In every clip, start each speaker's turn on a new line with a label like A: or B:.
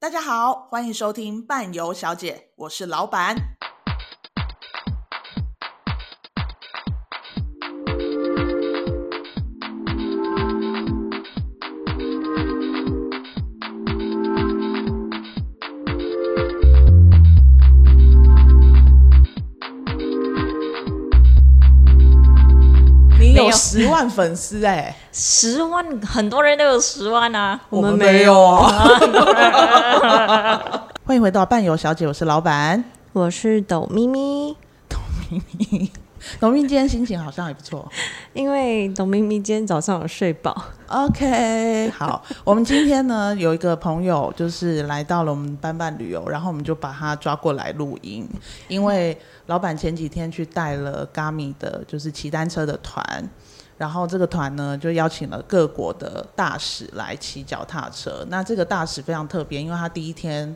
A: 大家好，欢迎收听伴游小姐，我是老板。你
B: 没
A: 有
B: 有
A: 十万粉丝哎、
B: 十万，很多人都有十万啊！
A: 我们没有 啊。欢迎回到伴游小姐，我是老板。
B: 我是抖咪咪，
A: 农民今天心情好像还不错。
B: 因为抖咪咪今天早上有睡饱，
A: OK，好，我们今天呢有一个朋友就是来到了我们班办旅游，然后我们就把他抓过来录音，因为老板前几天去带了 Gami 的，就是骑单车的团。然后这个团呢，就邀请了各国的大使来骑脚踏车。那这个大使非常特别，因为他第一天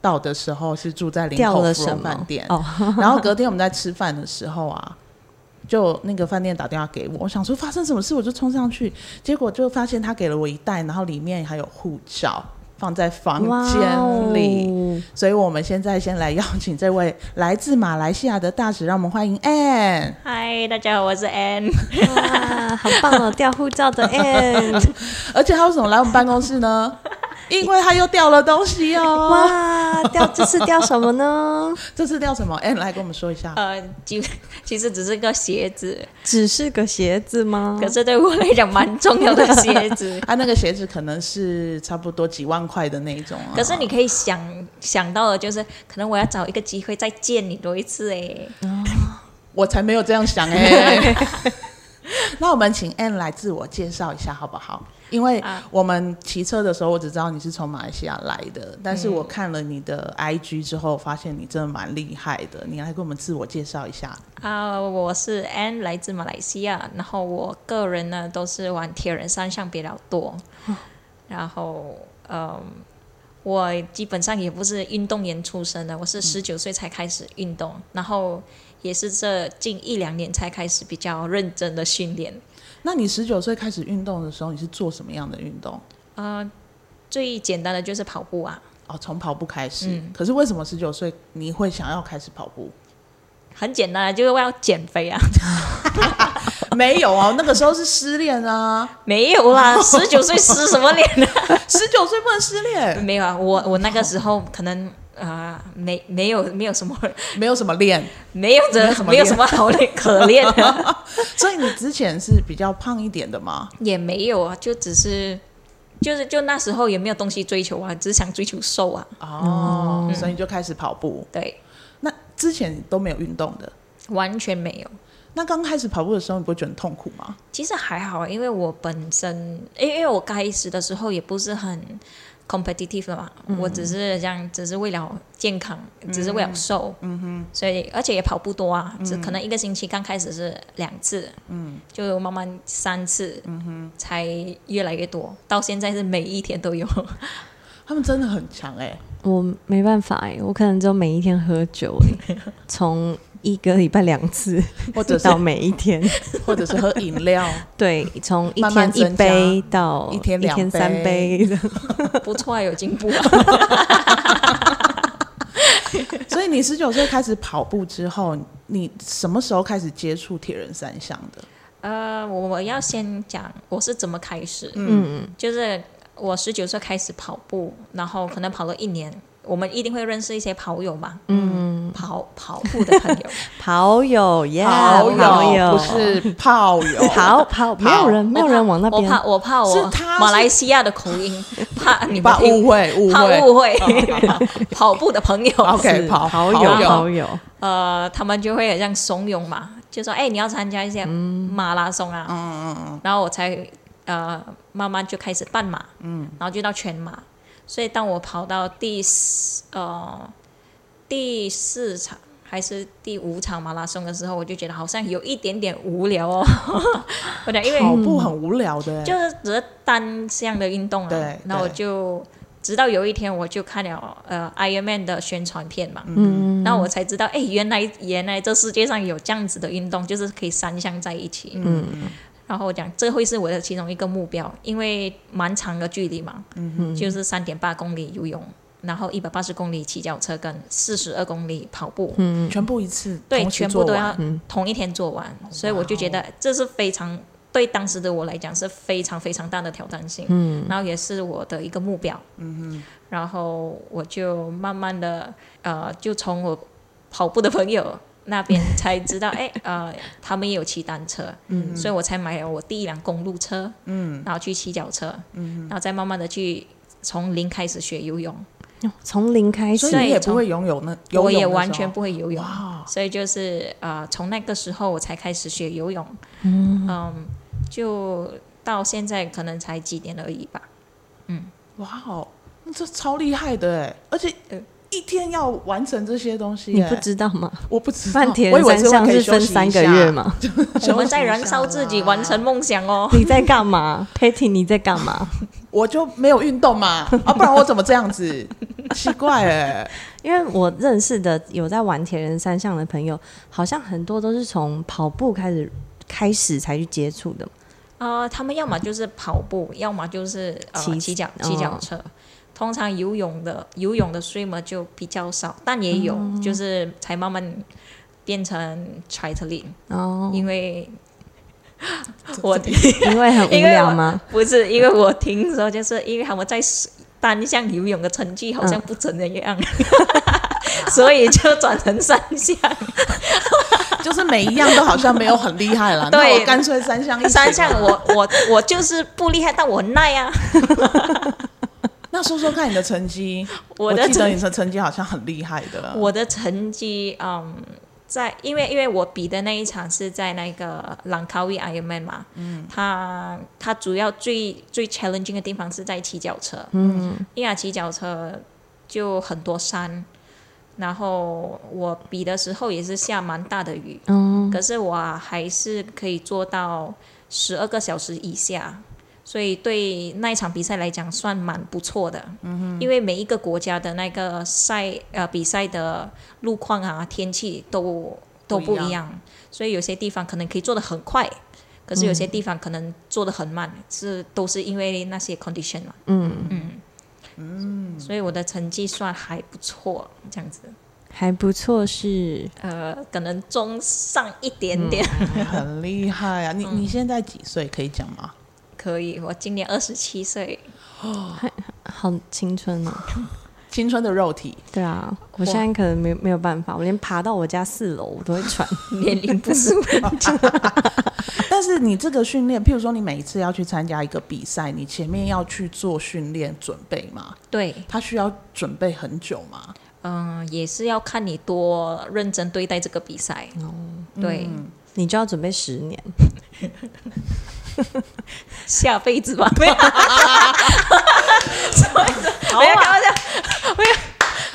A: 到的时候是住在林
B: 掉
A: 口
B: 了
A: 芙
B: 什
A: 蓉
B: 么
A: 饭店，
B: 哦，
A: 然后隔天我们在吃饭的时候啊，就那个饭店打电话给我，我想说发生什么事，我就冲上去，结果就发现他给了我一袋，然后里面还有护照。放在房间
C: 哦
A: 里，
B: 里
A: 所以我们现在先来邀请这位来自马来西亚的大使，让我们欢迎 Anne。
C: 嗨，大家好，我是 Ann。
B: 哇，好棒哦！掉护照 的 end，
A: 而且他为什么来我们办公室 呢？因为他又掉了东西哦。
B: 哇，掉这次掉什么呢？
A: 这次掉什么？Anne 来跟我们说一下。。
C: 呃，其其实只是个鞋子，
B: 只是个鞋子吗？
C: 可是对我来讲蛮重要的鞋子
A: 他那个鞋子可能是差不多几万块的那一种、啊。
C: 可是你可以想想到的，就是可能我要找一个机会再见你多一次哎。
A: 我才没有这样想 哎、那我们请 Anne 来自我介绍一下好不好？因为
C: 啊
A: 我们骑车的时候，我只知道你是从马来西亚来的，但是我看了你的 IG 之后，发现你真的蛮厉害的。你来给我们自我介绍一下。
C: 啊、我是 Ann，来自马来西亚，然后我个人呢都是玩铁人三项比较多，然后嗯。我基本上也不是运动员出身的，我是十九岁才开始运动，然后也是这近一两年才开始比较认真的训练。
A: 那你十九岁开始运动的时候，你是做什么样的运动？
C: 呃，最简单的就是跑步啊，
A: 哦，从跑步开始。
C: 嗯
A: 可是为什么十九岁你会想要开始跑步？
C: 很简单的，就是我要减肥啊。
A: 没有哦，那个时候是失恋啊，
C: 没有啦，十九岁失什么脸啊？
A: 十九岁不能失恋，
C: 没有啊，我我那个时候可能啊、没没有没有什么
A: 没有什么恋。
C: 没有
A: 没有
C: 的
A: 什么
C: 没有什 么好脸可怜的，
A: 所以你之前是比较胖一点的吗？
C: 也没有啊，就只是就是就那时候也没有东西追求啊，只想追求瘦啊。
A: 哦，所以你就开始跑步。
C: 对，
A: 那之前都没有运动的，
C: 完全没有。
A: 那刚开始跑步的时候，你不会觉得很痛苦吗？
C: 其实还好，啊因为我本身，因因为我开始的时候也不是很 competitive 的嘛，我只是这样，只是为了健康，只是为了瘦，嗯哼，所以而且也跑不多啊，只可能一个星期刚开始是两次，嗯，就慢慢三次，嗯哼，才越来越多，到现在是每一天都有，
A: 他们真的很强哎、
B: 我没办法哎，我可能只有每一天喝酒 哎，从一个礼拜两次，
A: 或者是
B: 到每一天，
A: 或者是喝饮料，
B: 对，从一
A: 慢慢
B: 天一
A: 增加
B: 杯到
A: 一天两杯
B: 三杯 的，
C: 不错啊，有进步 啊，
A: 所以你十九岁开始跑步之后，你什么时候开始接触铁人三项的？
C: 呃，我我要先讲我是怎么开始，
B: 嗯。
C: 就是我十九岁开始跑步，然后可能跑了一年，我们一定会认识一些跑友嘛，嗯，跑跑步的朋友，
B: 跑友耶，
A: 跑
B: 跑
A: 友不是 炮 友，
B: 跑跑，没有人，没有人往那
C: 我
B: 边。
C: 怕我怕
A: 是
C: 我
A: 他是
C: 马来西亚的口音，怕你们
A: 把
C: 听
A: 误会误
C: 怕
A: 会
C: 误会， 跑步的朋友，
A: ，OK
B: 是
A: 跑跑
B: 跑友，
A: 友
B: 跑友，
C: 呃，他们就会很像怂恿嘛，就说哎、你要参加一些马拉松啊，嗯嗯嗯，然后我才呃慢慢就开始半马，嗯，然后就到全马，所以当我跑到第四呃第四场还是第五场马拉松的时候，我就觉得好像有一点点无聊哦， 我讲因为
A: 跑步很无聊的、欸，
C: 就是只是单项的运动啊，
A: 对
C: 然后我
A: 对
C: 就直到有一天我就看了呃 Iron Man 的宣传片嘛，
B: 嗯，
C: 那我才知道，哎，原来原来这世界上有这样子的运动，就是可以三项在一起。嗯，然后我讲这会是我的其中一个目标，因为蛮长的距离嘛，就是三点八公里游泳，然后一百八十公里骑脚车跟四十二公里跑步，
A: 全部一次，
C: 对，
A: 同时
C: 全
A: 做
C: 部都
A: 完嗯哦
C: 要同一天做完，所以我就觉得这是非常对当时的我来讲是非常非常大的挑战性，嗯，然后也是我的一个目标，嗯然后我就慢慢的呃，就从我跑步的朋友那 边才知道，哎呃，他们也有骑单车，嗯，所以我才买了我第一辆公路车，嗯，然后去骑脚车，嗯，然后再慢慢的去从零开始学游泳，
B: 从零开始
A: 所，以你也
C: 从
A: 不会游泳那，游泳
C: 我也
A: 的时
C: 完
A: 候
C: 全不会游泳，
A: 哇，
C: 所以就是呃，从那个时候我才开始学游泳，嗯就到现在可能才几年而已 吧。
A: 哇哦，那这超厉害的哎，而且
C: 呃
A: 一天要完成这些东西，欸
B: 你不，知道吗？
A: 我不知道，
B: 半田
A: 我以为
B: 山
A: 这个
B: 上
A: 可以
B: 是
A: 休
B: 分
A: 息一
B: 三个
A: 下
B: 月？嘛？
C: 我们在燃烧自己，完成梦 想 哦。
B: 你在干嘛？Patty，你在干嘛？
A: 我就没有运动嘛，啊，不然我怎么这样子？ 奇怪哎，
B: 因为我认识的有在玩铁人三项的朋友，好像很多都是从跑步开始开始才去接触的。
C: 呃，他们要么就是跑步，要么就是呃
B: 骑
C: 骑脚
A: 嗯
C: 骑脚
B: 哦
C: 车。通常游泳的游泳的 swimmer 就比较少，但也有、
A: 嗯
C: 就是才慢慢变成 triathlete，、
B: 哦，
C: 因为 我
B: 因为很无聊吗？
C: 不是，因为我听说，就是因为他们在单项游泳的成绩好像不怎么 样，所以就转成三项。
A: 就是每一样都好像没有很厉 害啦，那
C: 对
A: 我干脆三项一起吧
C: 三项我我我就是不厉害，但我很耐啊。
A: 那说说看你的成绩，
C: 我的
A: 记得
C: 成
A: 你的成绩好像很厉害的，
C: 我的成绩，嗯，在因为因为我比的那一场是在那个朗卡威 Ironman 嘛，嗯，它它主要最最 challenging 的地方是在骑脚车，嗯，因为骑脚车就很多山，然后我比的时候也是下蛮大的雨，
B: 嗯，
C: 可是我还是可以做到十二个小时以下，所以对那一场比赛来讲算蛮不错的。嗯因为每一个国家的那个赛呃比赛的路况啊、天气都都
A: 不
C: 不
A: 一样
C: 一样，所以有些地方可能可以做的很快。可是有些地方可能做的很慢，是都是因为那些 condition 嘛。
B: 嗯
C: 嗯嗯，所以我的成绩算还不错，这样子，
B: 还不错，是
C: 呃，可能中上一点点。
A: 很厉害啊！你
B: 嗯
A: 你现在几岁？可以讲吗？
C: 可以，我今年二十七岁，
B: 好青春哦。
A: 青春的肉体，
B: 对啊，我现在可能没没有办法，我连爬到我家四楼我都 会喘。
C: 年龄不是问题。
A: 但是你这个训练，譬如说你每一次要去参加一个比赛，你前面要去做训练准备嘛？
C: 对，
A: 他需要准备很久嘛？
C: 嗯、也是要看你多认真对待这个比赛。对，
B: 你就要准备十年，
C: 下辈子吧。 没有，没有开玩笑。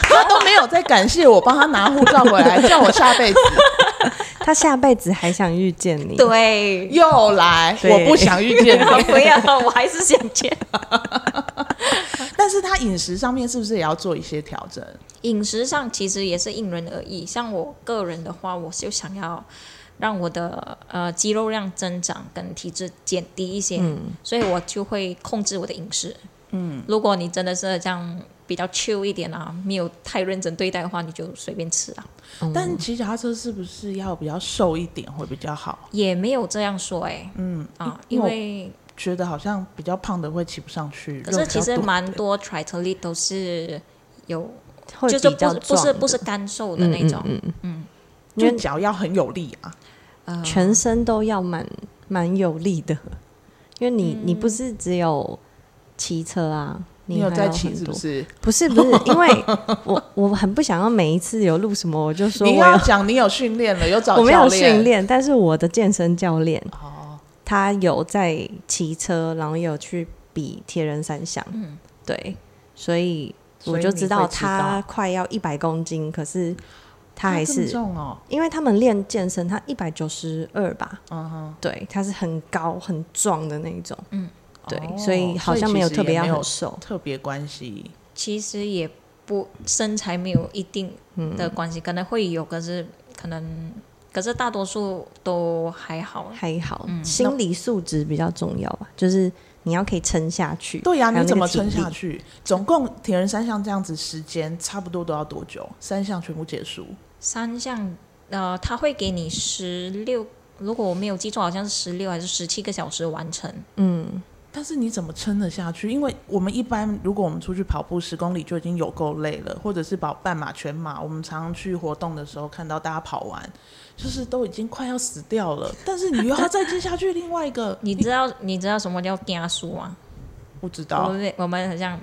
A: 他都没有在感谢我帮他拿护照回来，叫我下辈 子
B: 他下辈子还想遇见你。
C: 对，
A: 又来，
B: 对
A: 我不想遇见
C: 不要
A: 你。
C: 不要，我还是想见。
A: 但是他饮食上面是不是也要做一些调整？
C: 饮食上其实也是因人而异。像我个人的话，我就想要让我的呃肌肉量增长跟体脂减低一些，所以我就会控制我的饮食。嗯，如果你真的是这样比较 chill 一点啊，没有太认真对待的话，你就随便吃啊，
A: 但骑脚踏车是不是要比较瘦一点会比较好？
C: 也没有这样说哎、嗯啊，
A: 因
C: 因
A: 为我
C: 为
A: 觉得好像比较胖的会骑不上去。
C: 可
A: 肉
C: 是
A: 比
C: 其
A: 较
C: 实
A: 多
C: 蛮多 triathlete 都是有，
B: 会
C: 就是
B: 比
C: 不
B: 较
C: 是不是不
B: 壮
C: 是干瘦的那种，
B: 嗯嗯
A: 就脚要很有力啊。
B: 嗯全身都要蛮蛮有力的，因为你、你不是只有骑车啊，
A: 嗯你有
B: 还
A: 在
B: 很
A: 骑是不
B: 多
A: 是？
B: 不是不是，因为我 我很不想要每一次有录什么，我就说
A: 你
B: 我
A: 要
B: 有
A: 讲你有训练了，有找
B: 我没
A: 教
B: 有
A: 练
B: 训练，但是我的健身教练
A: 哦，
B: 他有在骑车，然后也有去比铁人三项，
C: 嗯
B: 对，所以
A: 所
B: 我
A: 以
B: 就
A: 你
B: 知
A: 会
B: 道
A: 知
B: 他
A: 道
B: 快要一百公斤，可是
A: 他
B: 他还
A: 这么
B: 是
A: 重哦，
B: 因为他们练健身，他一百九十二吧，
A: 嗯哼，
B: 对，他是很高很壮的那一种，
C: 嗯，
B: 对，
A: 哦
B: 所以好像没有特别要
A: 所以其实也没有
B: 很瘦，
A: 特别关系。
C: 其实也不身材没有一定的关系，可能会有，可是可能可是大多数都还好。
B: 还好，
A: 嗯
B: 心理素质比较重要吧，就是你要可以撑下去。
A: 对呀、
B: 还
A: 你
B: 有那
A: 怎
B: 个
A: 么
B: 体
A: 撑
B: 力
A: 下去？总共铁人三项这样子时间差不多都要多久？三项全部结束？
C: 三项，呃，他会给你十六，如果我没有记错，好像是十六还是十七个小时完成。，
B: 嗯，
A: 但是你怎么撑得下去？因为我们一般如果我们出去跑步十公里就已经有够累了，或者是跑半马、全马，我们常常去活动的时候看到大家跑完，就是都已经快要死掉了。但是你又要再接下去另外一个
C: 你知道你知道什么叫加速吗？
A: 不知
C: 我
A: 道
C: 们我们好像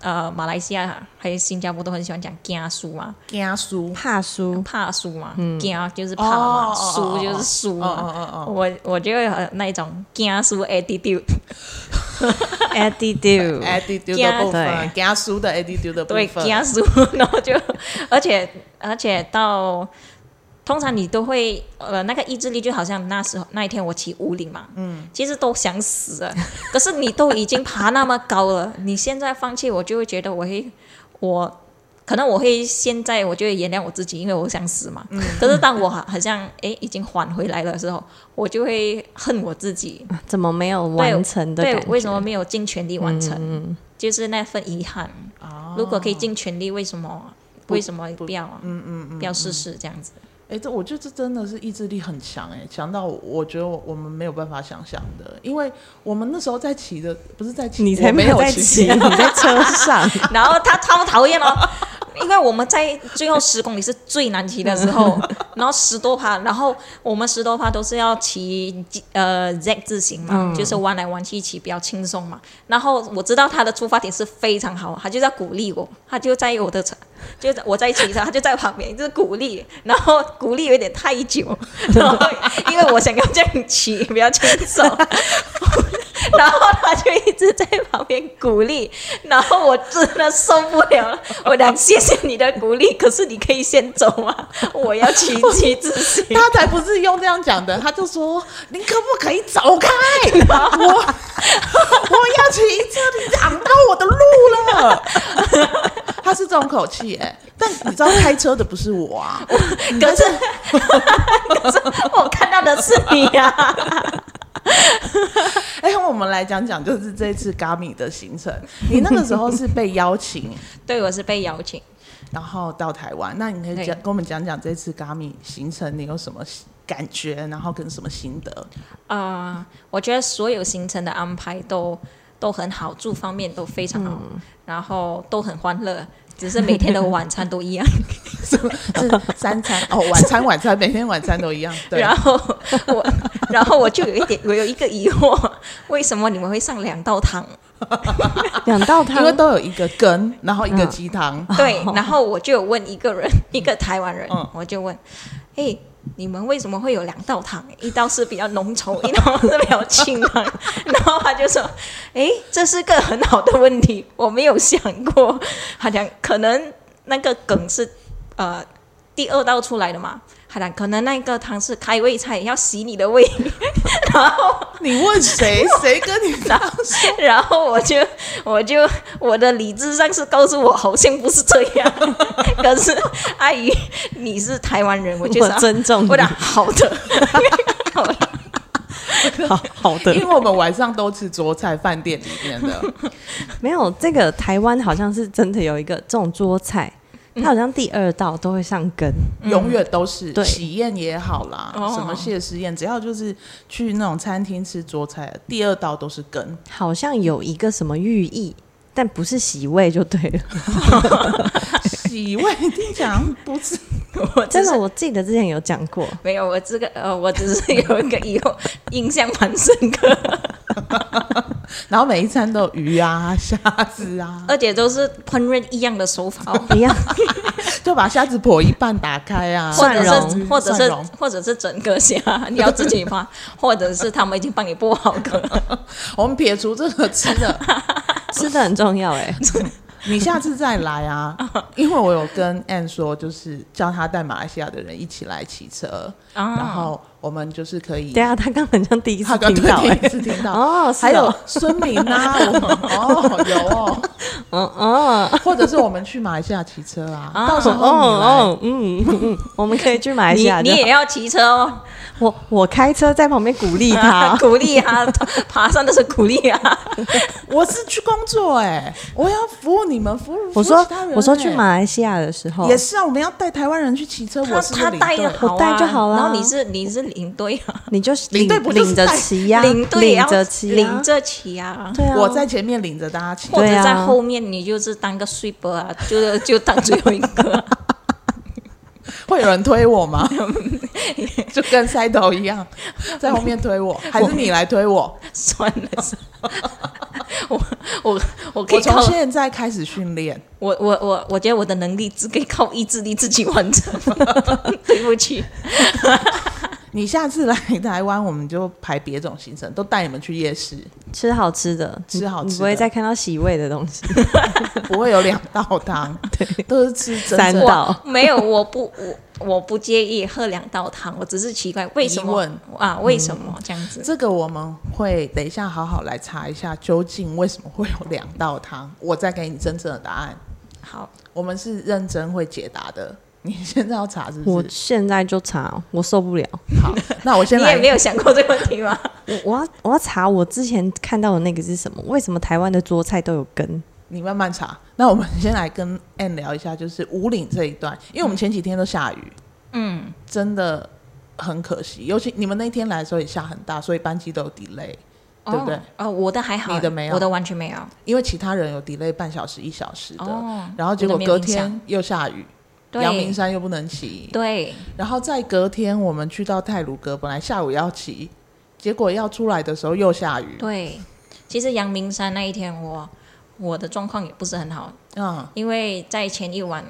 C: 呃马来西亚还有新加坡都很喜欢讲加速嘛，
A: 加速。
B: 怕输，
C: 啊怕输嘛，加、就是怕
A: 哦哦
C: 嘛，
A: 哦
C: 输、
A: 哦
C: 就是输
A: 哦哦
C: 嘛。
A: 哦哦，
C: 我我就会有那一种加速 attitude，
B: attitude，
A: attitude 的
C: 加
A: 部分
B: 对，
A: 加速的 attitude 的部
C: 对，
A: 分，
C: 加速，然后就，而且而且到，通常你都会呃那个意志力就好像那时候那一天我骑五岭嘛，嗯，其实都想死了，可是你都已经爬那么高了，你现在放弃，我就会觉得我会我。可能我会现在我就会原谅我自己，因为我想死嘛。
A: 嗯
C: 可是当我好好像诶已经缓回来了之后，我就会恨我自己，
B: 怎么没有完成的
C: 对
B: 感，觉？嗯
C: 为什么没有尽全力完成？就是那份遗憾。如果可以尽全力，为什么
A: 不
C: 为什么哦不要啊？嗯嗯不要试试这样子。
A: 哎、这我觉得这真的是意志力很强哎、强到我觉得我们没有办法想象的，因为我们那时候在骑的，不是在骑，
B: 你才
A: 我没
B: 有在
A: 在
B: 骑，你在车上。
C: 然后他超讨厌哦，因为我们在最后十公里是最难骑的时候，然后十多趴，然后我们十多趴都是要骑呃 Z 字形嘛，就是弯来弯去骑比较轻松嘛。然后我知道他的出发点是非常好，他就在鼓励我，他就在我的车，就在我在骑车，他就在旁边就是鼓励，然后鼓励有点太久， 然后因为我想要这样骑比较轻松。 然后他就一直在旁边鼓励，然后我真的受不 了了，我讲谢谢你的鼓励，可是你可以先走吗？我要骑骑自行。
A: 他才不是用这样讲的，他就说：“你可不可以走 开？我 我要骑车，你挡到我的路了。”他是这种口气哎、但你知道开车的不是我啊，
C: 可 是，可是我看到的是你啊！
A: 哎、我们来讲讲就是这次 Gami 的行程，你那个时候是被邀请，
C: 对，我是被邀请。
A: 然后到台湾，那你可以讲跟
C: 对
A: 我们讲讲这次 Gami 行程你有什么感觉，然后跟什么心得？
C: 啊、我觉得所有行程的安排都都很好，住方面都非常好，然后都很欢乐，只是每天的晚餐都一样。
A: 是三餐 哦，晚餐晚餐每天晚餐都一样，对。啊
C: 然后我， 然后我就有一点，我有一个疑惑，为什么你们会上两 道汤？
B: 两道汤
A: 因为，都有一个根，然后一个鸡汤，
C: 对，然后我就有问一个人， 一个台湾人，
A: 嗯
C: 我就问，哎，你们为什么会有两道汤？一道是比较浓稠， 一道是比较清汤。 然后他就说，哎，这是个很好的问题， 我没有想过。他讲可能那个梗是呃第二道出来的嘛。他讲可能那个汤是开胃菜，要洗你的胃。 然后
A: 你问谁，谁跟 你讲？
C: 然后我就我就我的理智上是告诉我好像不是这 样，可是阿姨你是台湾人，我就
B: 我
C: 想
B: 尊重
C: 我讲
B: 你，
C: 好的，好的
B: 好好的
A: 因。为我们晚上都吃桌菜，饭店里面的，
B: 没有这个台湾好像是真的有一个这种桌菜，
A: 嗯
B: 它好像第二道都会上根，
A: 永远都是
B: 对
A: 喜宴也好啦，
C: 嗯哦
A: 什么谢师宴，只要就是去那种餐厅吃桌 菜，第二道都是根。
B: 好像有一个什么寓意，但不是洗胃就对了。
A: 喜味听起来好像不是，
C: 我真
B: 真
C: 的
B: 的，我记得之前有 讲过，
C: 没有，我这个呃，我只是有一个以后印象蛮深刻，
A: 然后每一餐都有鱼啊、虾子 啊，
C: 而且都是烹饪一样的手法 哦。
B: 一样
A: 就把虾子剖一半打开啊，
C: 或者
B: 蒜
C: 是
A: 蓉
C: 或者
A: 蒜
C: 是
A: 蓉
C: 或者是整个虾，你要自己 扒，或者是他们已经帮你剥好 壳。
A: 我们撇除这个吃的，
B: 吃的很重要哎、
A: 你下次再来啊，因为我有跟 Anne 说，就是叫他带马来西亚的人一起来骑车，
C: 啊
A: 然后我们就是可以
B: 对。啊，他刚很像第一次
A: 他刚
B: 听到、
A: 对第一
B: 欸，
A: 次听到，
B: 哦，是
A: 还有
B: 哦
A: 孙明啊，我们哦有哦，
B: 嗯哦
A: 或者是我们去马来西亚骑车啊，
C: 啊
A: 到时
B: 哦
A: 候你来
B: 哦嗯嗯嗯，我们可以去马来西亚
C: 你
B: 就好。
C: 你也要骑车 哦，
B: 我我开车在旁边鼓励他，
C: 鼓励啊，爬山的时候鼓励啊。
A: 我是去工作哎、我要服务你们，服务
B: 我
A: 服务
B: 说
A: 其他人欸
B: 我说去马来西亚的时候
A: 也是啊，我们要带台湾人去骑车，
C: 他
A: 我是
C: 他
A: 领
C: 带
A: 队
C: 好、啊，
B: 我带就好啦
C: 然后你是你是领队啊，
B: 你就
A: 领
B: 领
A: 队不就是
B: 领着
A: 带
B: 骑呀，
C: 领队也要
B: 领着骑啊，
C: 领着骑啊。
B: 对啊，
A: 我在前面领着大家骑
C: 或
B: 对
C: 者
B: 啊
C: 在后面，你就是当个 sweeper 啊，就就当最后一个、啊。
A: 会有人推我吗？ 就跟塞头一样，在后面推我，还是你来推我？
C: 算了， 算了我我我可
A: 我
C: 以靠
A: 从现在开始训练，
C: 我我我我觉得我的能力只可以靠意志力自己完成。 对不起，
A: 你下次来台湾，我们就排别种行程，都带你们去夜市，
B: 吃好吃的，
A: 吃好吃的
B: 你不会再看到洗胃的东西。
A: 不会有两道 汤，都是吃真
B: 三
A: 正
B: 道
C: 我没有，我不我我不介意喝两道汤，我只是奇怪为什
A: 疑
C: 么
A: 问
C: 啊？为什么、
B: 嗯
C: 这样子？
A: 这个我们会等一下好好来查一下，究竟为什么会有两道汤，我再给你真正的答案。
C: 好，
A: 我们是认真会解答的。你现在要查是 不
B: 我
A: 是？
B: 现在就查，我受不了，
A: 好，那我先
C: 你也
A: 来
C: 没。有想过这个问题吗？
B: 我我要我要查我之前看到的那个是什么？为什么台湾的桌菜都有根？
A: 你慢慢查。那我们先来跟 Ann 聊一下，就是五岭这一段，因为我们前几天都下雨，
C: 嗯，
A: 真的很可惜。尤其你们那天来的时候也下很大，所以班机都有 delay，对不对
C: 哦？哦，我的还好，
A: 你的没有
C: 我的完全没有。
A: 因为其他人有 delay 半小时、一小时的。
C: 哦，
A: 然后结果
C: 我的没
A: 隔
C: 有印象
A: 天又下雨，
C: 对
A: 阳明山又不能骑，
C: 对，
A: 然后再隔天我们去到泰鲁阁，本来下午要骑，结果要出来的时候又下雨。
C: 对，其实阳明山那一天我我的状况也不是很好，
A: 嗯，
C: 因为在前一晚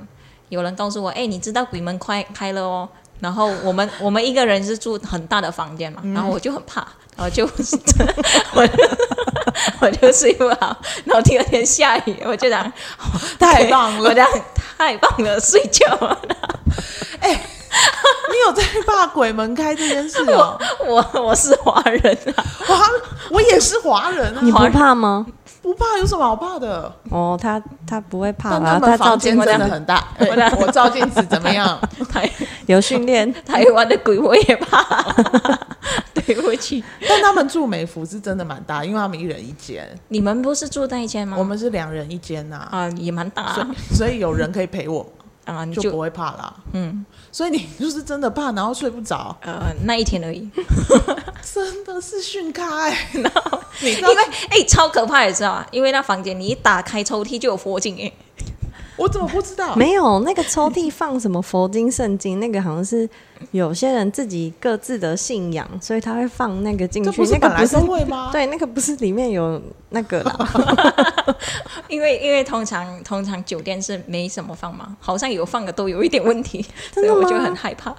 C: 有人告诉我，哎，你知道鬼门开开了哦。然后我们 我们一个人是住很大的房间嘛，
A: 嗯
C: 然后我就很怕，然后就 我就我就睡不好，然后第二天下雨，我就想
A: 太棒了
C: 我！讲太棒了，睡觉了。
A: 你有在怕鬼门开这件事哦
C: 我？我我是华人啊，
A: 华，我也是华人啊
B: 你，不怕吗？
A: 不怕有什么好怕的？
B: 哦，他他不会怕
A: 但
B: 啦，
A: 他
B: 他
A: 们
B: 照
A: 房间
B: 镜
A: 真的
B: 子
A: 很大，
C: 我的
A: 哎我照镜子怎么样？
C: 台
B: 有训练，
C: 台湾的鬼我也怕，对不起。
A: 但他们住美孚是真的蛮大，因为他们一人一间，
C: 你们不是住在一间吗？
A: 我们是两人一间呐，
C: 啊也蛮大
A: 所
C: 嗯啊，
A: 以所以有人可以陪我，
C: 啊你
A: 就
C: 就
A: 不会怕啦。
C: 嗯
A: 所以你就是真的怕，然后睡不着，
C: 呃那一天而已，
A: 真的是训咖 哎、你知
C: 因
A: 道
C: 为哎超可怕你知道吗？因为那房间你一打开抽屉就有佛经哎，
A: 我怎么不知道？
B: 没有那个抽屉放什么佛经、圣经，那个好像是有些人自己各自的信仰，所以他会放那个进
A: 这
B: 去
A: 不。是
B: 那个
A: 本来
B: 不是
A: 都会啊吗？
B: 对，那个不是里面有那个啦，
C: 因为因为通常通常酒店是没什么放嘛，好像有放的都有一点问题，所
B: 真
C: 以
B: 的吗
C: 我就很害怕。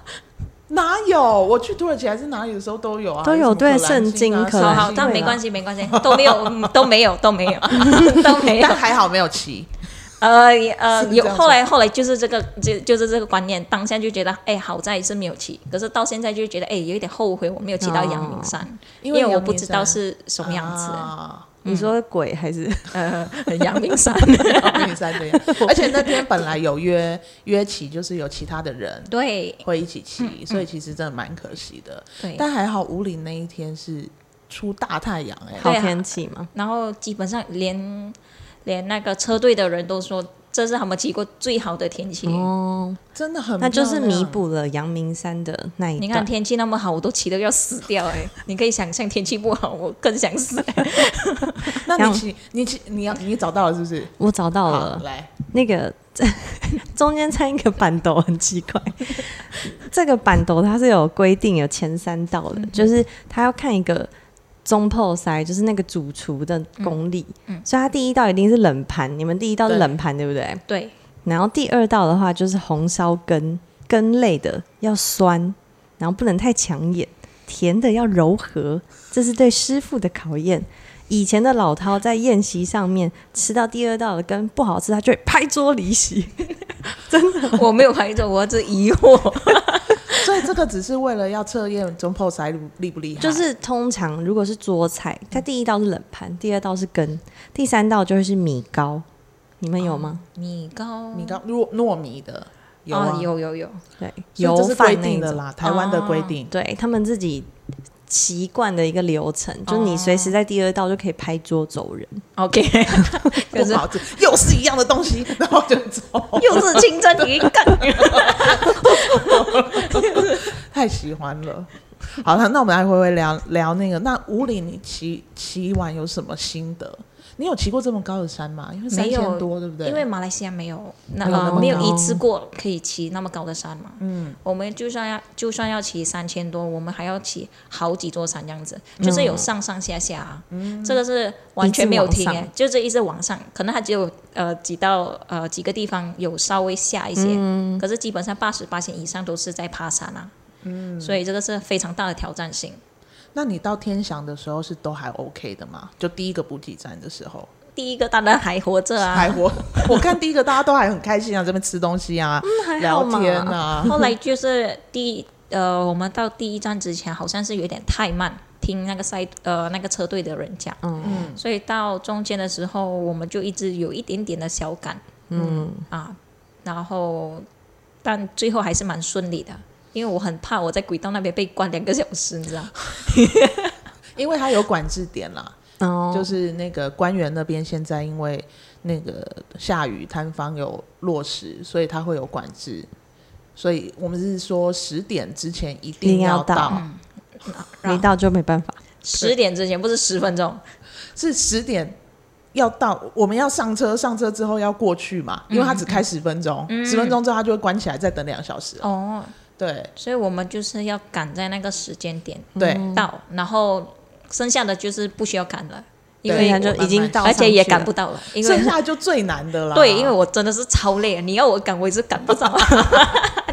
A: 哪有？我去土耳其还是哪里的时候都有啊，
B: 都有
A: 什么可兰
B: 对圣经
A: 经啊
B: 可
A: 什
C: 好
A: 么
B: 兰
C: 好，但
A: 对啊
C: 没关系没关系，都没有嗯都没有都没有 都没有
A: 但，还好没有骑。
C: 呃也呃
A: 是不是
C: 有
A: 这样
C: 后来后来就是这个就就是这个观念，当下就觉得哎好在是没有骑，可是到现在就觉得哎有一点后悔我没有骑到阳明山。因为我不知道是什么样子，
A: 啊，
B: 你说鬼还是
A: 嗯
C: 呃，阳明山。
A: 阳明山这样。而且那天本来有约约骑，就是有其他的人
C: 对
A: 会一起
B: 嗯
A: 骑，所以其实真的蛮可惜的。
C: 对，
A: 但还好五岭那一天是出大太阳哎、
B: 好
C: 对啊
B: 天气吗？
C: 然后基本上连连那个车队的人都说这是他们骑过最好的天气。
B: 哦，
A: 真的很
B: 那就是
A: 漂亮
B: 弥。补了阳明山的那一
C: 你看
B: 段。
C: 天气那么好，我都骑得要死 掉哎、你可以想象天气不好，我更想死。
A: 那
B: 然
A: 你
B: 后
A: 骑你骑你要你找到了是不是？
B: 我找到
A: 好
B: 了
A: 来，
B: 那个 中间掺一个板斗，很奇怪。这个板斗它是有规定有前三道的，就是它要看一个中破塞，就是那个主厨的功力。所以它第一道一定是冷盘，你们第一道是
A: 对
B: 冷盘对不对？
C: 对，
B: 然后第二道的话就是红烧根根类的要酸，然后不能太抢眼，甜的要柔和，这是对师傅的考验。以前的老饕在宴席上面吃到第二道的根不好 吃，他就会拍桌离席。
C: 我没有拍着，我只疑惑。
A: 所以这个只是为了要测验中破塞厉不厉害，
B: 就是通常如果是桌菜，它第一道是冷盘，第二道是羹，第三道就是米糕。你们有
A: 哦
B: 吗？
C: 米糕，
A: 米糕糯糯米的有啊
C: 哦，有有有，
A: 所
B: 对，
A: 以
B: 油
A: 这是
B: 饭
A: 规
B: 那一
A: 定的
B: 种，
A: 啦，台湾的规定。
C: 哦
B: 对他们自己习惯的一个流程，就是
A: 哦
B: 你随时在第二道就可以拍桌走人。
C: OK，可
A: 不
C: 是
A: 好吃，又是一样的东西，然后就走，
C: 又是清蒸鱼干，
A: 太喜欢了。好了，那我们来回回聊聊那个。那五岭你骑骑完有什么心得？你有骑过这么高的山吗？因为三
C: 没有
A: 千多，对不对？
C: 因为马来西亚没有那
A: 没有那么
C: 呃没有
B: 高
C: 一次过可以骑那么高的山嘛。嗯，我们就算要就算要骑三千多，我们还要骑好几座山这样子，就是有上上下下、啊。嗯，这个是完全没有停
B: 一直往
C: 诶，就是一直往上，可能它只有呃几道呃几个地方有稍微下一些，可是基本上八十八线以上都是在爬山啊。嗯，所以这个是非常大的挑战性。
A: 那你到天祥的时候是都还 OK 的吗？就第一个补给站的时候，
C: 第一个当然还活着啊，
A: 还我 我看第一个大家都还很开心啊，这边吃东西啊，
B: 还好
A: 聊
B: 嘛
A: 天啊，
C: 后来就是第一呃，我们到第一站之前好像是有点太慢，听那个赛呃那个车队的人讲，
B: 嗯，
C: 所以到中间的时候我们就一直有一点点的小赶，嗯啊，然后但最后还是蛮顺利的。因为我很怕我在轨道那边被关两个小时，你知道？
A: 因为它有管制点啦，
B: 哦，
A: 就是那个官员那边现在因为那个下雨，摊方有落实，所以它会有管制。所以我们是说十点之前一
B: 一定
A: 定
B: 要
A: 到，
B: 到没到就没办法。
C: 十点之前不是十分钟，
A: 是十点要到，我们要上车，上车之后要过去嘛，因为它只开十分钟，十、分钟之后它就会关起来，再等两小时。
C: 哦，
A: 对
C: 所以我们就是要赶在那个时间点
A: 对，
C: 到，然后剩下的就是不需要赶了，因
A: 对
C: 为
B: 他就已经到，
C: 而且也赶不。到了，因为
A: 剩下就最难的啦。
C: 对，因为我真的是超累，你要我赶我也是赶不上。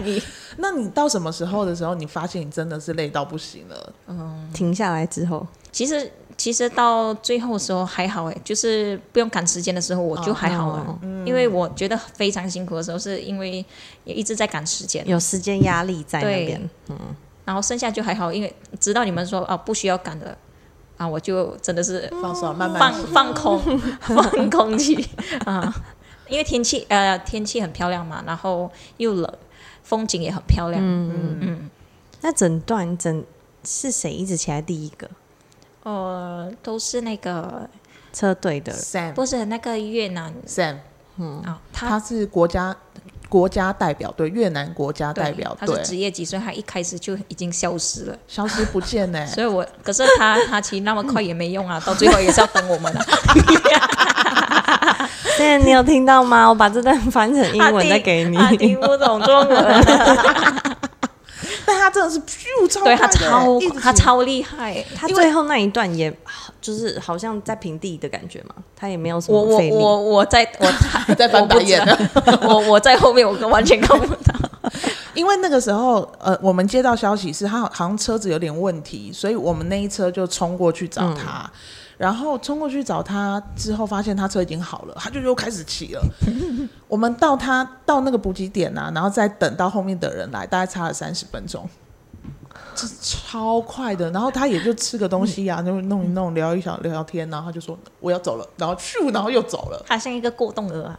C: 你
A: 那你到什么时候的时候，你发现你真的是累到不行了？
B: 停下来之后，
C: 其实其实到最后的时候还好哎，就是不用赶时间的时候我就还好了，因为我觉得非常辛苦的时候，是因为也一直在赶时间，
B: 有时间压力在那
C: 对
B: 边。
C: 然后剩下就还好，因为直到你们说啊不需要赶了啊，我就真的是
A: 放手，慢慢
C: 嗯放放空放空气 啊，因为天气呃天气很漂亮嘛，然后又冷，风景也很漂亮，
B: 那整段整是谁一直起来第一个？
C: 呃，都是那个
B: 车 队的人
A: Sam
C: 不是那个越南
A: Sam，
C: 啊，
A: 他
C: 他
A: 是国家国家代表队，越南国家代表
C: 他是职
A: 队，
C: 业级，所以他一开始就已经消失了。
A: 消失不见呢、
C: 所以我可是他他骑那么快也没用啊，到最后也是要等我们啊的、
B: Sam，你有听到吗？我把这段翻成英文再给 你。
C: 他听不懂中文，啊
A: 但他真的是咻超快
C: 对
A: 的
C: 他超
A: 一直
C: 他
A: 骑
C: 超厉害。
B: 他最后那一段也就是好像在平地的感觉嘛，他也没有什
C: 我
B: 么
C: 我
B: 费力。
C: 我我在我
A: 在翻白眼
C: 我不知道我我在后面我完全看不到。
A: 因为那个时候，呃，我们接到消息是他好像车子有点问题，所以我们那一车就冲过去找他。然后冲过去找他之后，发现他车已经好了，他就又开始骑了。我们到他到那个补给点啊，然后再等到后面的人来，大概差了三十分钟，这超快的。然后他也就吃个东西啊，就弄一弄，聊一小聊聊天，然后他就说我要走了，然后咻，然后又走了。
C: 他像一个过动儿啊，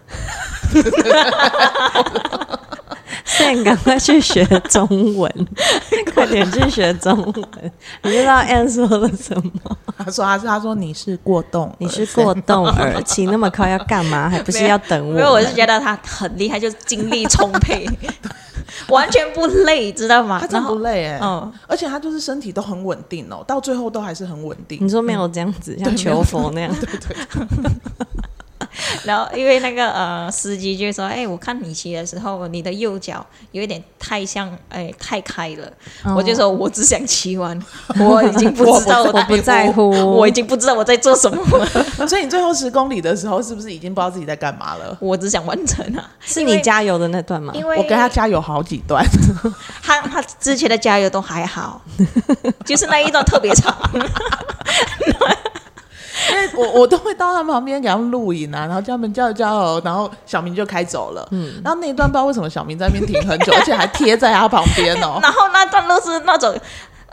B: Sam，赶快去学中文， 快点去学中文。你知道 Ann 说了什么？
A: 他说他是他说你是过动儿，
B: 你是过动儿，骑那么快要干嘛？还不是要等我
C: 因
B: 们？
C: 为我是觉得他很厉害，就是精力充沛，完全不累，知道吗
A: 他？真
C: 然
A: 不
C: 后
A: 累哎、
C: 嗯
A: 而且他就是身体都很稳定哦，到最后都还是很稳定
B: 你。
C: 嗯
B: 说嗯没有这样子，像求佛 那样。
C: 然后因为那个呃司机就说：“哎、我看你骑的时候，你的右脚有一点太像，哎、太开了。我就说：“我只想骑 完，我已经不知道
B: 哦我不在乎
C: 我已经不知道我在做什么 了，
A: 所以你最后十公里的时候，是不是已经不知道自己在干嘛了？
C: 我只想完成啊。
B: 是你加油的那段吗”？
C: 因为
A: 我跟他加油好几段，
C: 他他之前的加 油都还好，就是那一段特别长。
A: 因为我我都会到他们旁边给他们录影啊，然后叫他们叫一叫哦，然后小明就开走了。嗯，然后那一段不知道为什么小明在那边停很 久，而且还贴在他旁边哦。
C: 然后那段路是那种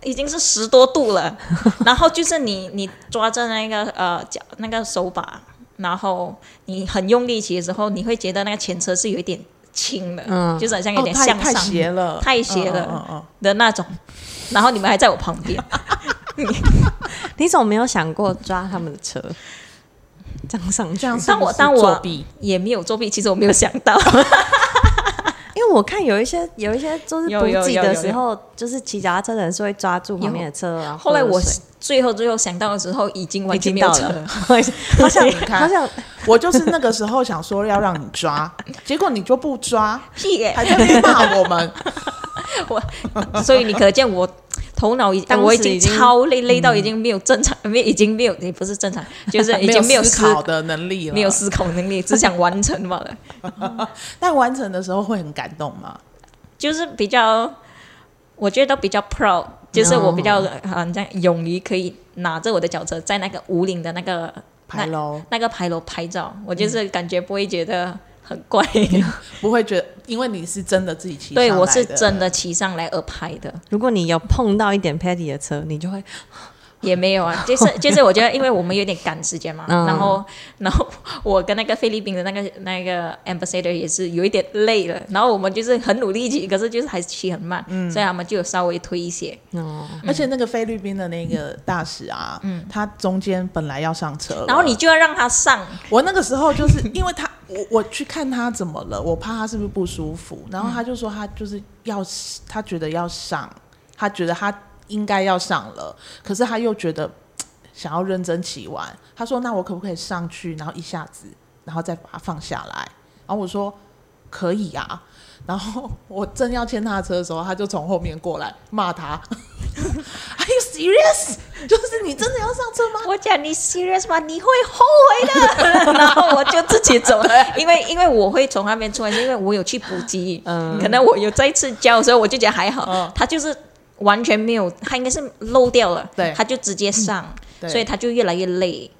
C: 已经是十多度了， 然后就是你你抓着那个呃脚那个手把，然后你很用力骑的时候，你会觉得那个前车是有一点轻的，
B: 嗯
C: 就是好像有
A: 哦，
C: 点
A: 太
C: 向
A: 太
C: 上，
A: 斜了，
C: 太斜了
A: 嗯嗯嗯
C: 的那种。然后你们还在我旁边，
B: 你怎么没有想过抓他们的车，这样上
A: 嗯
B: 去？
A: 这样是
C: 当我
A: 不是
C: 当我
A: 作 弊，
C: 也没有作弊，其实我没有想到，
B: 因为我看有一些有一些就是
C: 有
B: 补
C: 有
B: 给
C: 有
B: 的
C: 有
B: 时
C: 有
B: 候，就是骑脚踏车的人是会抓住旁边的车啊。
C: 后来
B: 喝
C: 我
B: 水
C: 最后最后想到的时候，已经完
B: 已
C: 全
B: 经
C: 没有
B: 到
C: 车
B: 了，好 想
A: 你看
B: 好想
A: 我就是那个时候想说要让你 抓，结果你就不抓，
C: 屁耶、
A: 还在 那边骂我们。
C: 所以你可见我头脑已
B: 当时
C: 我已经
B: 已经
C: 超累，
A: 嗯
C: 累到已经没有正常， 没已经没有也不是正常， 就是已经没有
A: 思考的能力了，
C: 没有思考能力，只想完成罢了，
A: 但完成的时候会很感动吗？
C: 就是比较，我觉得比较 proud，就是我比较
A: 哦
C: 好像勇于可以拿着我的脚车在那个五岭的那个
A: 牌楼
C: 那个牌楼拍照，我
A: 嗯
C: 就是感觉不会觉得很怪，
A: 不会觉得，因为你是真的自己骑上来
C: 对
A: 的，
C: 我是真的骑上来而拍的。
B: 如果你有碰到一点 Patty 的车，你就会
C: 也没有啊，就是就是，我觉得因为我们有点赶时间嘛，
B: 嗯
C: 然后 然后我跟那个菲律宾的那个那个 ambassador 也是有一点累了，然后我们就是很努力骑，可是就是还是骑很慢，所以他们就有稍微推一些，
B: 哦，
C: 嗯
A: 而且那个菲律宾的那个大使啊，他中间本来要上车了，
C: 然后你就要让他上，
A: 我那个时候就是因为他，我我去看他怎么了，我怕他是不是不舒服，然后他就说他就是要，他觉得要上，他觉得他应该要上了，可是他又觉得嘖想要认真骑完，他说那我可不可以上去，然后一下子，然后再把它放下来，然后我说可以啊。然后我正要牵他的车的时候，他就从后面过来骂他 ，Are you serious？就是你真的要上车吗？
C: 我讲你 serious 吗？你会后悔的。 然后我就自己走 了，因为因为我会从那边出来，是因为我有去补给，
B: 嗯哦
C: 可能我有再次教，所以我就觉得还好。
A: 嗯
C: 他就是完全没有，他应该是漏掉了，
A: 对
C: 他就直接上，
B: 嗯
A: 对
C: 所以他就越来越累。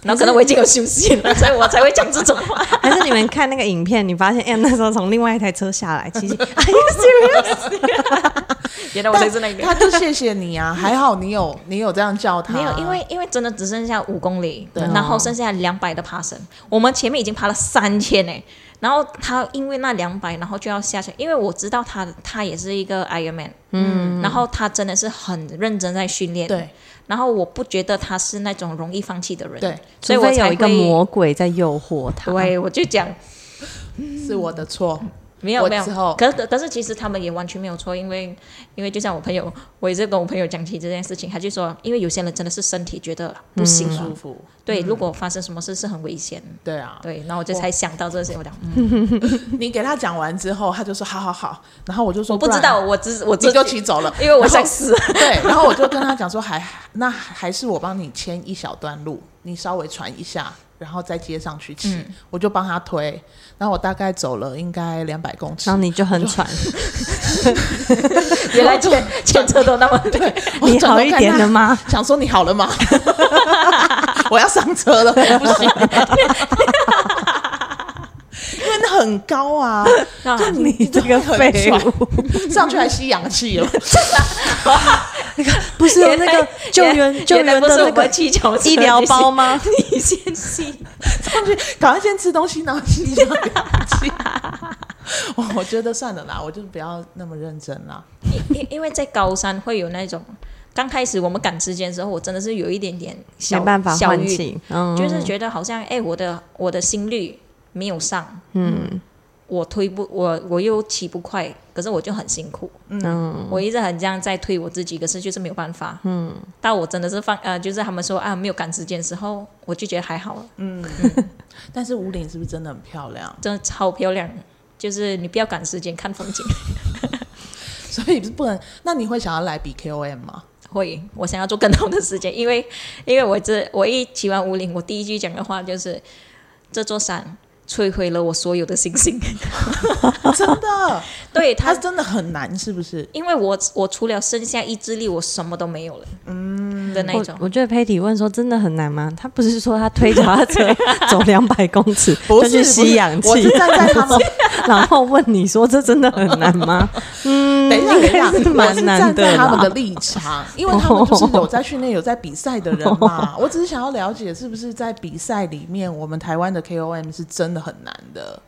C: 然后可能我已经有休息了，所以我才会讲这种 话。
B: 还是你们看那个影片，你发现哎、那时候从另外一台车下来，其实 哎 Are you serious？
C: 原来我才是那个
A: 他。就谢谢你啊，还好你有你有这样叫他，
C: 没有，因为因为真的只剩下五公里，
A: 对
C: 然后剩下两百的爬升，我们前面已经爬了三千呢。然后他因为那两百，然后就要下去，因为我知道他他也是一个 Ironman，嗯，然后他真的是很认真在训练，。
A: 对
C: 然后我不觉得他是那种容易放弃的人，
A: 对，
C: 所以我
B: 除非
C: 才
B: 有
C: 会
B: 一个魔鬼在诱惑 他。
C: 对，我就讲
A: 是我的错，
C: 没有
A: 我
C: 没有
A: 之后，
C: 可可可是其实他们也完全没有错，因为因为就像我朋友，我也是跟我朋友讲起这件事情，他就说，因为有些人真的是身体觉得不行啊
A: 不
C: 了，
A: 舒服，
B: 嗯
C: 对，如果发生什么事是很危险。
A: 对啊，
C: 对，然后我就才想到这些，我讲嗯
A: 你给他讲完之后，他就说好好好，然后我就说
C: 我不知
A: 然
C: 道，我只我
A: 你
C: 只
A: 就骑走了，
C: 因为我
A: 然后
C: 想死。
A: 对，然后我就跟他讲说还那还是我帮你牵一小段路，你稍微传一下。然后再接上去骑，
C: 嗯
A: 我就帮他推，然后我大概走了应该两百公尺
B: 然，后你就很 喘，
C: 原来全全车都那么对，
A: 我
B: 你
A: 转
B: 好
A: 头
B: 一
A: 看
B: 点
A: 他
B: 了吗？
A: 想说你好了吗？ 我要上车了，我不行， 因为那很高啊，
C: 那
B: 你这个废
A: 很
B: 物！
A: 上去还吸氧气了。
B: 不是有那
C: 原来
B: 个救援救
C: 原来
B: 援
C: 不
B: 的
C: 是
B: 那
C: 我
B: 个
C: 们气球
B: 医疗包吗？
C: 你先吸，
A: 上去，赶快先吃东西，然后吸上氧气。 哦我我觉得算了啦，我就不要那么认真啦。
C: 因因因为在高山会有那种，刚开始我们赶时间的时候，我真的是有一点点小
B: 没办法
C: 小
B: 唤
C: 晕，
B: 起，嗯，
C: 就是觉得好像哎，我的我的心率没有上，
B: 嗯
C: 我推不我我又骑不快，可是我就很辛苦，
B: 嗯，
C: 我一直很这样在推我自己，可是就是没有办法。嗯，但我真的是放呃，就是他们说啊没有赶时间的时候，我就觉得还好了，
A: 但是五岭是不是真的很漂亮？
C: 真的超漂亮。就是你不要赶时间看风景，
A: 所以不能。那你会想要来比 KOM 吗？
C: 会我想要做更好的时间，因为因为我这我一骑完五岭，我第一句讲的话就是这座山摧毁了我所有的信心。
A: 真的，
C: 对
A: 它
C: 他，
A: 真的很难，是不是？
C: 因为我我除了剩下意志力，我什么都没有了，嗯的那一
B: 我
C: 种。
B: 我觉得 Patty 问说真的很难吗？他不是说他推脚踏车走两百公尺
A: 不
B: 就是去
A: 不
B: 吸
A: 是
B: 氧气，
A: 我是站在他们
B: 然后问你说这真的很难吗？ 嗯，
A: 等一下，
B: 应
A: 等一
B: 该
A: 下，
B: 是
A: 我
B: 蛮
A: 是
B: 难
A: 站在他们
B: 啦
A: 的立场，因为他们就是有在训练、有在比赛的人嘛。我只是想要了解，是不是在比赛里面，我们台湾的 KOM 是真的很难的？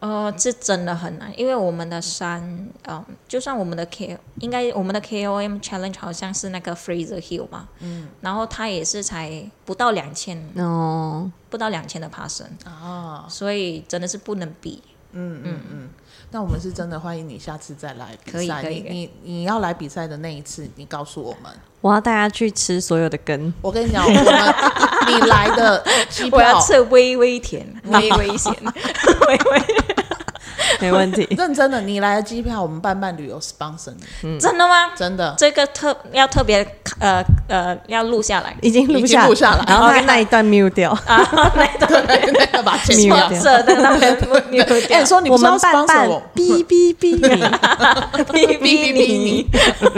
C: 呃，这真的很难，因为我们的山，嗯，就算我们的 K，应该我们的 KOM challenge 好像是那个 Fraser Hill 嘛，嗯，然后他也是才不到两千，
B: 哦，
C: 不到两千的爬升，
A: 啊，
C: 所以真的是不能比。
A: 嗯嗯嗯。那我们是真的欢迎你下次再来
C: 可
A: 比
C: 以
A: 赛。
C: 可以
A: 你
C: 可以
A: 你你要来比赛的那一次，你告诉我们。
B: 我要带他去吃所有的根，
A: 我跟你讲，我们你来的机
C: 我要
A: 票，
C: 吃微微甜， 微微咸，微微。
B: 没问题
A: 。认真的，你来的机票，我们办办旅游 sponsor 你，
C: 嗯真的吗？
A: 真的。
C: 这个特要特别呃呃要录下 来
B: 已经录
A: 已经
B: 下，
A: 录下来
B: 然后他那一段 mute 掉。
C: 啊，那种
A: 对，那个把钱
B: 没
A: 花
B: 有
A: 掉。
C: 色的 那 边你有
A: 哎，
C: 点
A: 说你
B: 我
A: 不是要
B: 们办
A: sponsor
B: 办
A: 我，
B: 哔哔哔你，
C: 逼逼你，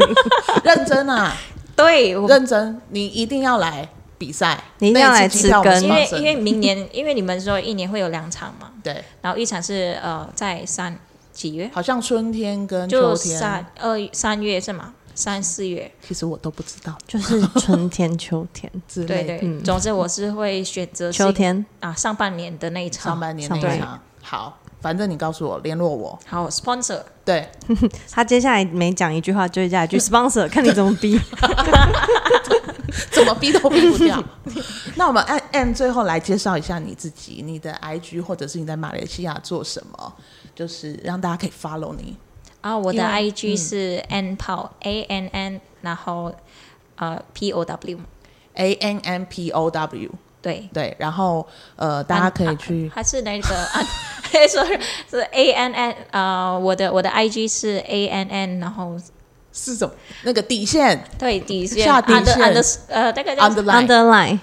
A: 认真啊。
C: 对，我
A: 认真，你一定要来比赛，
B: 你一定要来
A: 那次机票
B: 吃
A: 我
B: 根
A: 们
C: 因为
A: sponsor
C: 因
A: 你
C: 为明年，因为你们说一年会有两场嘛，
A: 对，
C: 然后一场是呃在三几月？
A: 好像春天跟秋
C: 就
A: 天，
C: 三二三月是吗？三四月，
A: 其实我都不知道
B: 就是春天、秋天、
A: 之
C: 对
A: 类的。
C: 对。总之我是会选择是
B: 秋天，
C: 啊上半年的那一场。
A: 上半年那一
B: 上半
A: 场，好，反正你告诉我，联络我。
C: 好 sponsor，
A: 对，
B: 他接下来每讲一句话就会加 一句 sponsor，看你怎么逼。
A: 怎么逼都逼不掉。 那我们按按最后来介绍一下你自己，你的 IG 或者是你在马来西亚做什么，就是让大家可以 follow 你。
C: 然啊后我
A: 因
C: 的
A: 为嗯
C: IG 是 n pow a n n，然后呃 p o w，
A: A N M P O W
C: 对，
A: 对，然后呃，大家可以去
C: 还是那个 啊，说是 a n n，呃，我的我的 IG 是 a n n，然后
A: 是什么那个底线
C: 对底线
A: 下底
C: under
A: 线
C: under 呃那个叫
A: underline
B: underline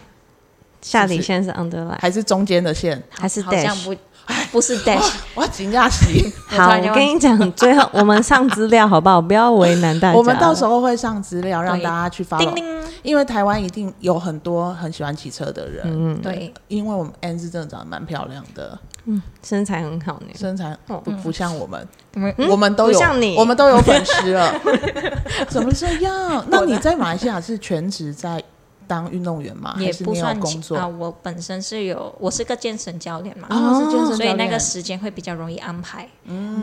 B: 下
A: 是
B: 底
A: 不是
B: 线是 underline，
A: 还是中间的线？
B: 还是
C: 好像
B: dash？
C: 不不是 dash，
A: 我惊讶死！
C: 我
B: 好，
C: 突然间忘
B: 我跟
C: 记
B: 你讲，最后我们上资料好不好？不要为难大 家。
A: 我们到时候会上资料让
C: 对
A: 大家去 follow，
C: 叮叮，
A: 因为台湾一定有很多很喜欢骑车的人。
B: 嗯，
C: 对，
A: 因为我们 N 是真的长得蛮漂亮的，
B: 身材很好呢。
A: 身材不、不像我们，
C: 哦嗯
A: 我们都有
B: 不像你
A: 我们都有粉丝 了，怎么这样？那你在马来西亚是全职在当运动员吗？
C: 也
A: 还是
C: 不
A: 你有
C: 算
A: 工作
C: 啊，我本身是有我是个健身教练嘛，
A: 哦是健身教练嗯
C: 所以那个时间会比较容易安排，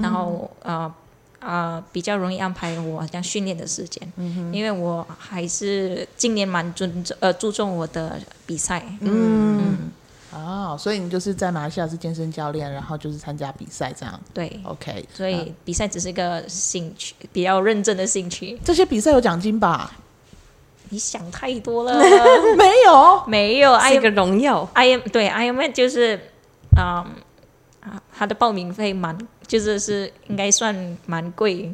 C: 然后呃呃比较容易安排我好像训练的时间，
A: 嗯
C: 因为我还是今年蛮尊重呃注重我的比赛，
B: 嗯，
A: 哦，所以你就是在马来西亚是健身教练，然后就是参加比赛这样。
C: 对，
B: 哦
A: OK，
C: 所
A: 嗯
C: 以比赛只是个兴趣，比较认真的兴趣，
A: 这些比赛有奖金吧？
C: 你想太多了，
A: 没有，
C: 没有，哎
B: 是一个荣耀。
C: I M 对 I M 就是，嗯，啊，它的报名费蛮就是是应该算蛮贵，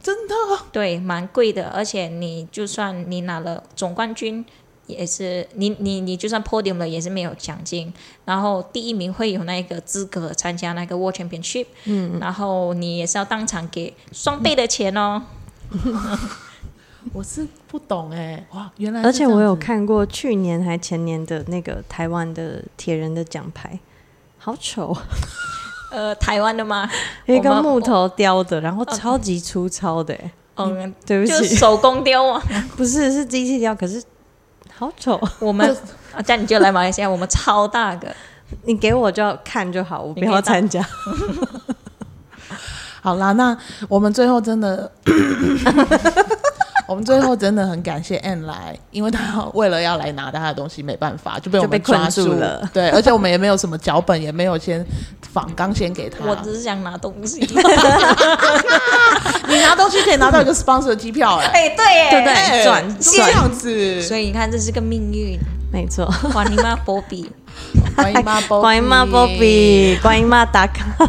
A: 真的
C: 对，蛮贵的。而且你就算你拿了总冠军，也是你你你就算 podium 了也是没有奖金。然后第一名会有那个资格参加那个 World Championship，嗯，然后你也是要当场给双倍的钱哦。
A: 我是不懂哎、哇，原
C: 嗯
A: 来是
B: 而且
A: 这样
B: 我有
A: 子
B: 看过去年还前年的那个台湾的铁人的奖牌，好丑，
C: 呃，台湾的吗？
B: 有一个
C: 我们
B: 木头雕的，然后超级粗糙的、欸
C: 嗯，
B: 对不
C: 就
B: 起，
C: 手工雕啊。
B: 不是是机器雕，可是好 丑。
C: 我们啊，这样你就来马来西亚，我们超大个。
B: 你给我就要看就好，我不
C: 你可以
B: 要参加。
A: 好啦，那我们最后真的， 我们最后真的很感谢 Anne 来，因为他为了要来拿他的东西，没办法就被我
B: 就被
A: 们抓
B: 困住了。
A: 对，而且我们也没有什么脚本，也没有先仿纲先给他。
C: 我只是想拿东西。
A: 你拿东西可以拿到一个 sponsor 的机票、哎，
C: 哎，对耶，
B: 对不对
A: 哎
B: 转
A: 这样子，
C: 所以你看，这是个命运。
B: 没错，
C: 哇，你妈波比，
A: 欢迎妈 Bobby，
B: 观音妈 Bobby，观音妈打卡。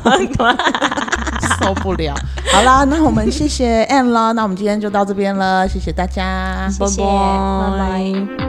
A: 受不了。好啦，那我 们谢谢 Anne 啦，那我们今天就到这边了，谢谢大家，
C: 谢谢，
B: 拜拜
C: 拜拜。